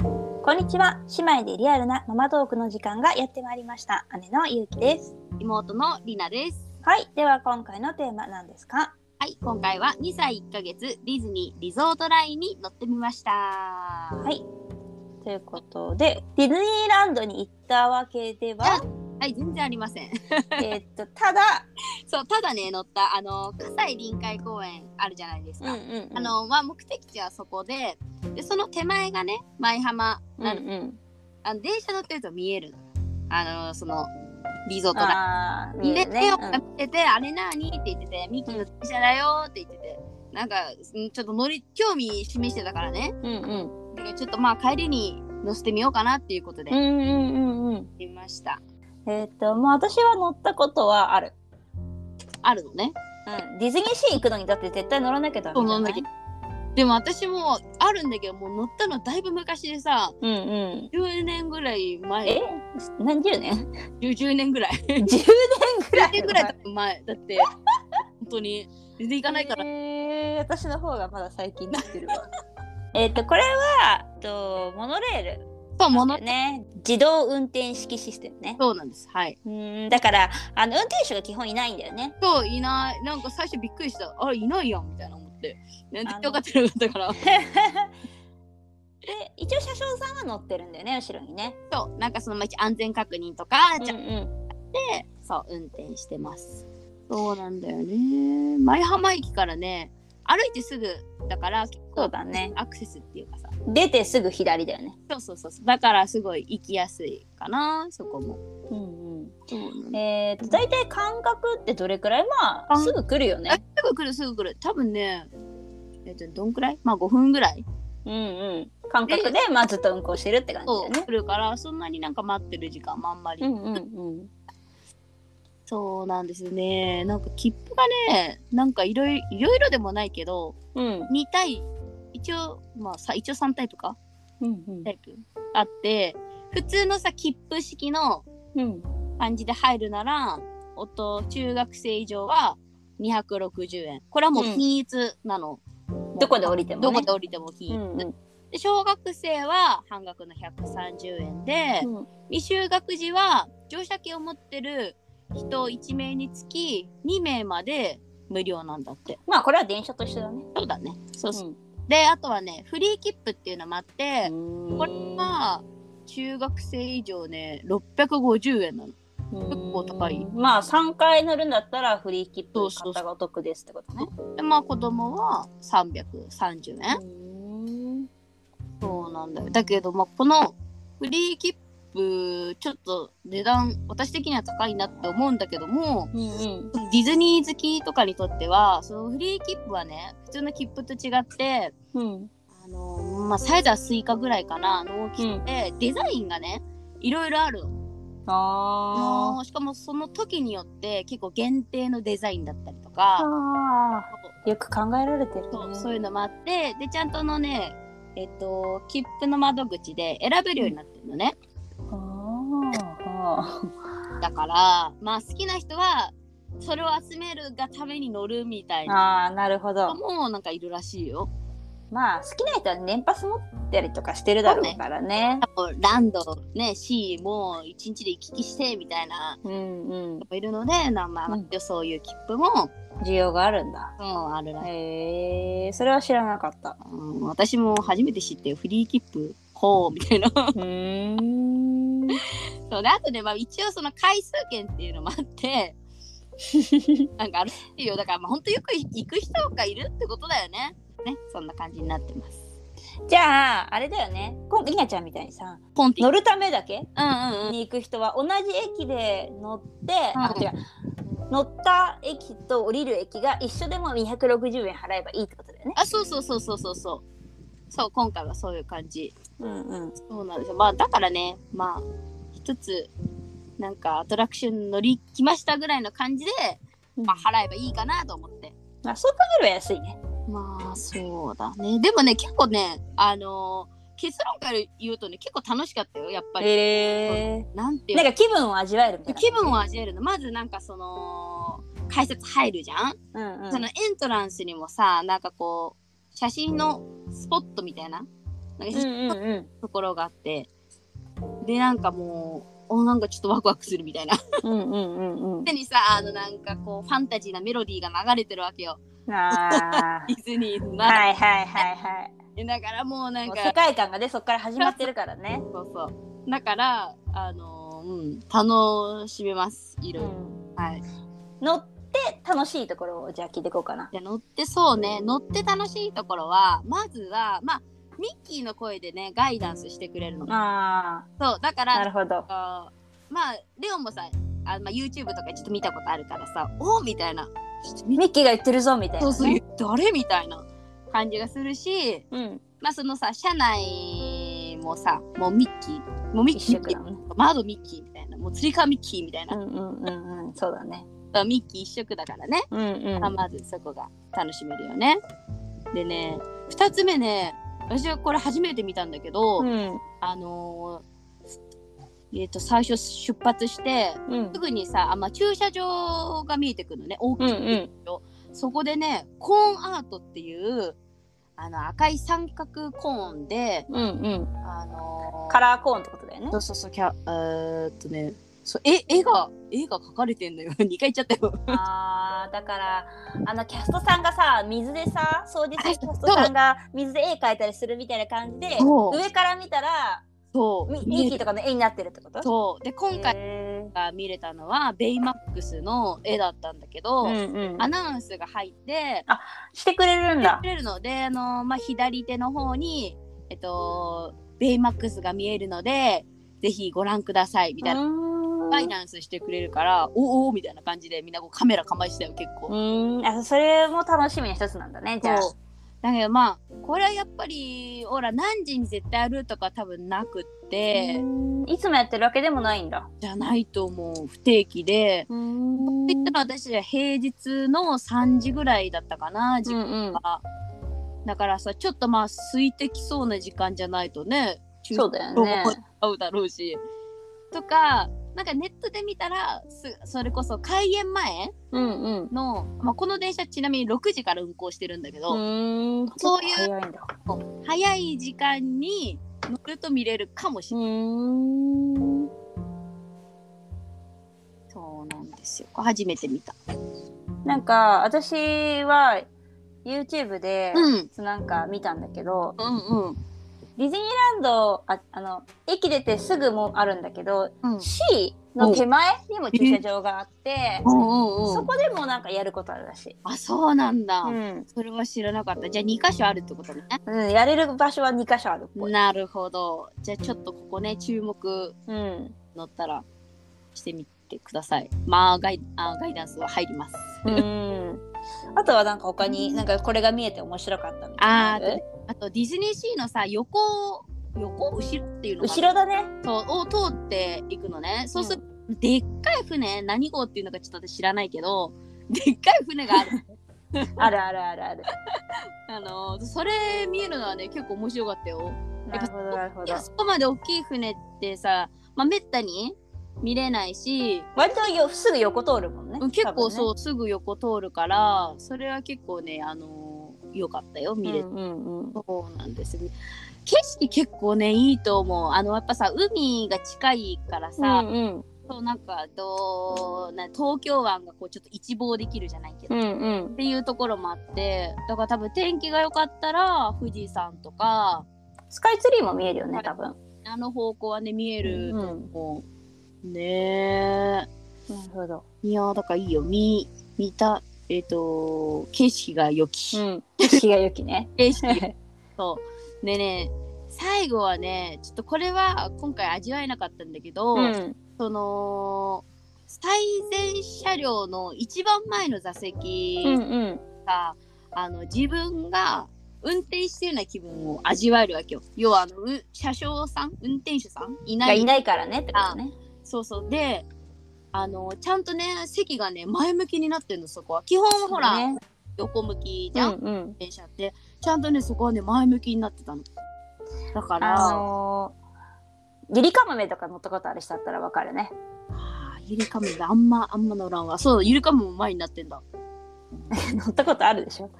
こんにちは姉妹でリアルなママトークの時間がやってまいりました姉のゆうきです妹のりなです。はいでは今回のテーマ何ですかはい、今回は2歳1ヶ月ディズニーリゾートラインに乗ってみました。ははいということでディズニーランドに行ったわけではい、はい、全然ありません。 えーっとただそう、ただね、乗った、あの、葛西臨海公園あるじゃないですか。んあの、まあ、目的地はそこで、で、その手前がね、舞浜うんなる、うんあの、電車乗ってると見えるの。あの、その、リゾートライン。あー見えで、る手ねをかけてて、あれなにって言ってて、ミキの電車だよって言ってて、なんか、んちょっと乗り、興味示してたからね。うんうんでちょっとまあ帰りに乗せてみようかなっていうことでうんうんうんうんうん見ました。えーっとまあ私は乗ったことはあるあるのね。うんディズニーシー行くのにだって絶対乗らなきゃダメそうじなゃんなだいけど。でも私もあるんだけど、もう乗ったのだいぶ昔でさ、うんうん10年ぐらいえ前、何十年 10年ぐらい、 ?10 年ぐらい10年ぐらい多分前だって、本当に全然行かないから。えー私の方がまだ最近知ってるわ えっとこれはえっとモノレーそう、ものル、ね自動運転式システムねそうなんです。はい。うんだからあの運転手が基本いないんだよねそう、いない。なんか最初びっくりした。あ、いないやんみたいな思って。なんあのでよかったよかったから。で一応車掌さんは乗ってるんだよね後ろにねそう、なんかそのまま一安全確認とか、ちゃんとうんうんでそう運転してますそうなんだよね舞浜駅からね歩いてすぐだから結構そうだねアクセスっていうかさ出てすぐ左だよねそうそうそうそうだからすごい行きやすいかなそこもうんうそうなんんだえっと大体間隔ってどれくらいまああすぐ来るよあねすぐ来るすぐ来る多分ねえっとどんくらいまあ5分ぐらいうんうん間隔でまあずっと運行してるって感じだそようね来るからそんなになんか待ってる時間もあんまり、うんうんうんそうなんですよねなんか切符がねなんかいろいろいろいろでもないけどうん2対一応まあさ一応3タイプかうんうんタイプあって普通のさ切符式のうん感じで入るならおと中学生以上は260円これはもううん均一なの、もうどこで降りてもねどこで降りても均一、うんで小学生は半額の130円で、うん未就学児は乗車券を持ってる人1名につき2名まで無料なんだってまあこれは電車と一緒だね。そうだねそうそううんであとはねフリー切符っていうのもあって、これはは中学生以上ね650円なの結構高いまあ3回乗るんだったらフリー切符買ったがお得ですってことね。でまあ子供は330円、そうなんだよだけどまあこのフリー切符ちょっと値段私的には高いなって思うんだけどもうんうんディズニー好きとかにとってはそのフリー切符はね普通の切符と違ってうんあのまあサイズはスイカぐらいかなの大きさで、デザインがねいろいろあるのあーしかもその時によって結構限定のデザインだったりとか、あーよく考えられてるね。そうそういうのもあってでちゃんとのねえっ、と切符の窓口で選べるようになってるのね、あだからまあ好きな人はそれを集めるがために乗るみたいーなあーなるほ人ど。もなんかいるらしいよまあ好きな人は年パス持ったりとかしてるだろうからね。多分ランドね C もう一日で行き来してみたいなうんうん人もいるのでなまあ、うんそういう切符も、需要があるんだ。うん、あるらしい、へえそれは知らなかった。うん、私も初めて知ってフリー切符ほうみたいなうーん。そうであとね、まあ、一応その回数券っていうのもあってなんかあるっていうよだから、まあ、ほんとよく行く人がいるってことだよねねそんな感じになってますじゃああれだよね今回りなちゃんみたいにさポンって乗るためだけうんうんうんに行く人は同じ駅で乗って、あうん違う乗った駅と降りる駅が一緒でも260円払えばいいってことだよね。あそうそうそうそうそうそうそう今回はそういう感じうんうん、そうなんですよまあだからねまあ一つなんかアトラクション乗り来ましたぐらいの感じで、まあ、払えばいいかなと思ってまあ、そう考えれば安いね。まあそうだねでもね結構ねあのー結論から言うとね結構楽しかったよやっぱりえなんていー、うのなんか気分を味わえるみたいな。気分を味わえるのまずなんかその改札入るじゃん、うんうんそのエントランスにもさなんかこう写真のスポットみたいななんうかん引っうんうんところがあってでなんかもうおなんかちょっとワクワクするみたいな うんうんうん手にさあのなんかこうファンタジーなメロディーが流れてるわけ ようん。あディズニーのあ。中はいはいはいはい。でだからもうなんもうか世界観がね、そこから始まってるからね。そうそうだからあのーうん楽しめますいうろいろ、ん。はい乗って楽しいところをじゃあ聞いていこうかな。じゃあ乗ってそうね乗って楽しいところはまずはまあミッキーの声でねガイダンスしてくれるの、あそうだかあ、らなるほど。あーまあレオンもさあ、まあ、YouTube とかちょっと見たことあるからさおおみたいなちょっと見ミッキーが言ってるぞみたいなそうね。そう誰みたいな感じがするしうん。まあそのさ車内もさもうミッキーもうミッキ一ー色だもんね。窓ミッキーみたいなもうつり革ミッキーみたいうな、んうんうんうん。そうだね。ミッキー一色だからね、うんうん。まあまずそこが楽しめるよねでね2つ目ね私はこれ初めて見たんだけど、うんあのーえっ、と最初出発してうんす。ぐにさあ、まあ、駐車場が見えてくるのね大きうんい、うん。そこでねコーンアートっていうあの赤い三角コーンで、うんうん。あのーカラーコーンってことだよねそ。うそうそうキャえーっとねそうえ絵が絵が描かれてんのよ 2回言っちゃったよあーだからあのキャストさんがさ水でさ掃除するキャストさんが水で絵描いたりするみたいな感じでそう上から見たらそうミミッキーとかの絵になってるってことそうで今回へーが見れたのはベイマックスの絵だったんだけど、うんうんアナウンスが入ってしてくれるんだく。れるのであの、まあ、左手の方に、えっと、ベイマックスが見えるのでぜひご覧くださいみたいな、うガイーんダンスしてくれるからおーおーみたいな感じでみんなこうカメラ構えてたよ結構。うーんあそれも楽しみの一つなんだねじゃあ。そうだけどまあこれはやっぱりほら何時に絶対あるとか多分なくってうーんいつもやってるわけでもないんだ。じゃないと思う不定期で。うんって言ったのは私は平日の3時ぐらいだったかな時間うんが、だからさちょっとまあ空いてきそうな時間じゃないとねそうだよね駐車場も合うだろうしとかなんかネットで見たらすそれこそ開園前うんうん。の、まあ、この電車ちなみに6時から運行してるんだけうど、ーんそういう早いんだ。早い時間に乗ると見れるかもしうれない、ーんそうなんですよこれ初めて見たなんか私は YouTube で、うんなんか見たんだけどうんうんディズニーランドああの駅出てすぐもあるんだけど、うん C の手前にも駐車場があって、うんうんうそんこでもなんかやることあるらしい、あそうなんだ、うんそれは知らなかったじゃあ2箇所あるってことねうん、やれる場所は2箇所あるっぽい、なるほど。じゃあちょっとここね、注目うん乗ったらしてみてください。まあ、ガイあガイダンスは入ります。うん、あとはなんか他になんかこれが見えて面白かったみたいなあーのるあとディズニーシーのさ、横を、横後ろっていうのか後なろだねそうを通っていくのね。そうすると、でっかい船、何号っていうのかちょっと私知らないけど、 でっかい船がある。あるあるあるあるあのそれ見えるのはね、結構面白かったよ。なるほどなるほいどや、そこまで大きい船ってさ、まあ、めったに見れないし、割とよすぐ横通るもんねうん結構そうう、すぐ横通るからそれは結構ねあのー良かったよ見れて、うんうんうんそうなんですよ景色結構ねいいと思うあのやっぱさ海が近いからうさ、んうんそうなんかどうな東京湾がこうちょっと一望できるじゃないけど、うっんうんていうところもあってだから多分天気が良かったら富士山とかスカイツリーも見えるよね多分あの方向はね見えると思う、ねえなるほどいやーだからいいよ見見たえっ、と景色が良き、うん日がゆきね景色そうでね最後はねちょっとこれは今回味わえなかったんだけど、うんその最前車両の一番前の座席うんうんが、あの自分が運転してるような気分を味わえるわけよ要はあのう車掌さん運転手さんいながいいないからねってことねそうそうであのちゃんとね席がね前向きになってるのそこは基本ほら、そうね横向きじうゃん、んうん電車ってちゃんとねそこはね前向きになってたのだからあのーゆりかもめとか乗ったことある人だったらわかるねあーゆりかもめあんまあんま乗らんわそうゆりかもめも前になってんだ乗ったことあるでしょ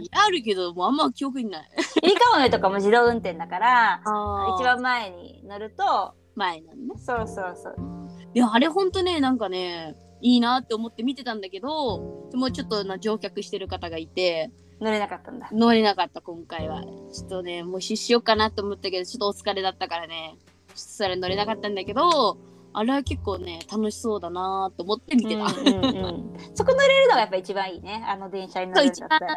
いやあるけどもうあんま記憶にないいいかもねとかも自動運転だから一一番番前に乗ると前なのねそうそうそういやあれほんとねなんかねいいなって思って見てたんだけどもうちょっとな乗客してる方がいて乗れなかったんだ乗れなかった今回はちょっとねもう失しようかなと思ったけどちょっとお疲れだったからねちょっとそれ乗れなかったんだけどあれは結構ね楽しそうだなと思って見てた、うんうんうん、そこ乗れるのがやっぱ一番いいねあの電車に乗るんだったら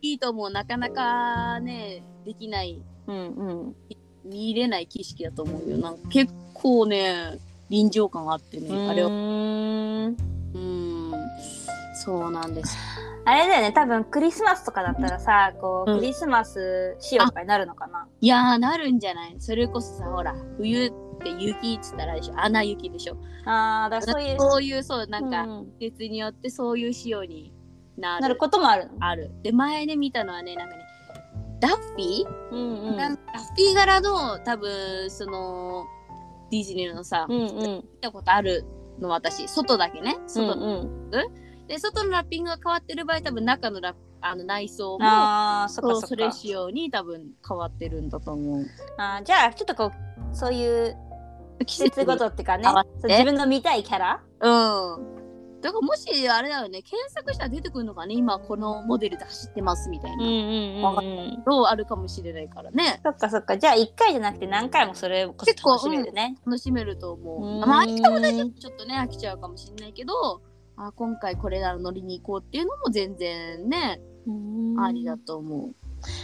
いいと思うなかなかねできないうんうん見れない景色だと思うよなんか結構ね臨場感があってね、あれうはーんうんそうなんですあれだよね多分クリスマスとかだったらさこう、うんクリスマス仕様とかになるのかないやーなるんじゃないそれこそさほら冬って雪っつったらあれでしょ穴雪でしょあーだからそういうそういうそうなんか、うん季節によってそういう仕様になるなることもあるのあるで前ね見たのはねなんかねダッフィー、うんうんなんかダッフィー柄の多分そのディズニーのさ、うんうん見たことあるの私外だけね外、うんで外のラッピングが変わってる場合多分中のラッあの内装うん、もあーそっそかうそそっれか仕様に多分変わってるんだと思うあーじゃあちょっとこうそういう季節ごとっていうかね合わせそてう自分の見たいキャラうん。だからもしあれだよね、検索したら出てくるのがね、今このモデルで走ってますみたいんな。うんどうあるかもしれないからね。そっかそっかじゃあ1回じゃなくて何回もそれをこそ結構楽しめるね、楽しめるとう思ーう。んまあ、飽きたも同じちょっとね、飽きちゃうかもしれないけど、あ今回これなら乗りに行こうっていうのも全然ね、ありだと思う。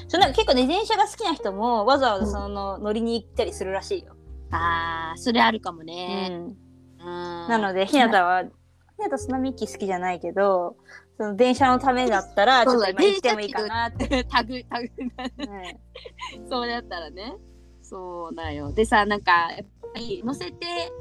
そうなんか結構ね電車が好きな人もわざわざその乗りに行ったりするらしいよ、ああ、それあるかもうね。ん、うん。ななのでひなたはひなたそんなミッキー好きじゃないけどその電車のためだったらちょそっとうだ今行ってもいいかなって、で、 タグ、タグ、うんそうだったらね。そうだよ。でさ、なんか、やっぱり乗せて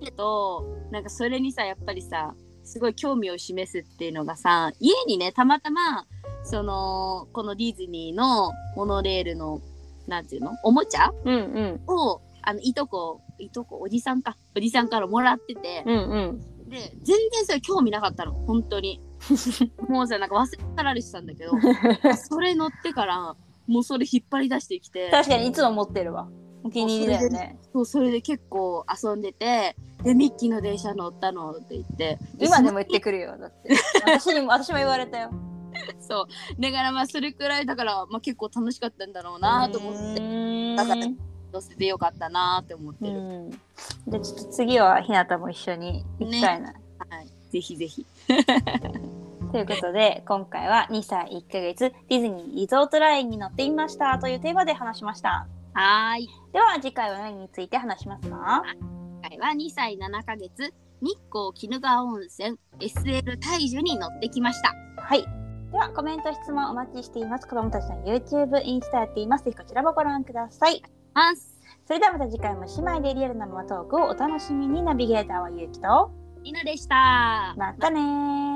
ると、なんかそれにさ、やっぱりさ、すごい興味を示すっていうのがさ、家にね、たまたま、その、このディズニーのモノレールの、なんていうのおもちゃうんうんを、あの、いとこ、いとこ、おじさんか、おじさんからもらってて、うんうんで、全然それ興味なかったの、本当 に。もうさ、なんか忘れ去られてたんだけ ど、それ乗ってから、もうそれ引っ張り出してきて。確かにいつも持ってるわお気に入りだよねそうそれで結構遊んでてでミッキーの電車乗ったのって言って今でも言ってくるよだって私にも私も言われたよそうだからまあそれくらいだから、まあ、結構楽しかったんだろうなと思っててだから乗せてよかったなって思ってうる、ん、じゃあちょっと次はひなたも一緒に行きたいな。はい、ぜひぜひということで今回は2歳1ヶ月ディズニーリゾートラインに乗ってみましたというテーマで話しました。はーいでは次回は何について話しますか今回は2歳7ヶ月日光鬼怒川温泉 SL 大樹に乗ってきましたはい。ではコメント質問お待ちしています。子どもたちの YouTube、インスタやっています。ぜひこちらもご覧ください。ますそれではまた次回も姉妹でリアルなママトークをお楽しみにナビゲーターはゆうきとりなでしたまたねー。